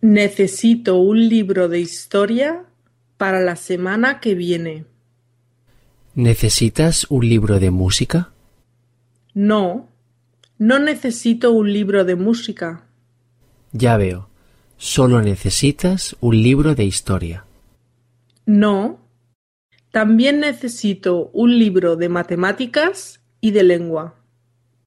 Necesito un libro de historia para la semana que viene. ¿Necesitas un libro de música? No, no necesito un libro de música. Ya veo. Solo necesitas un libro de historia. No, también necesito un libro de matemáticas y de lengua.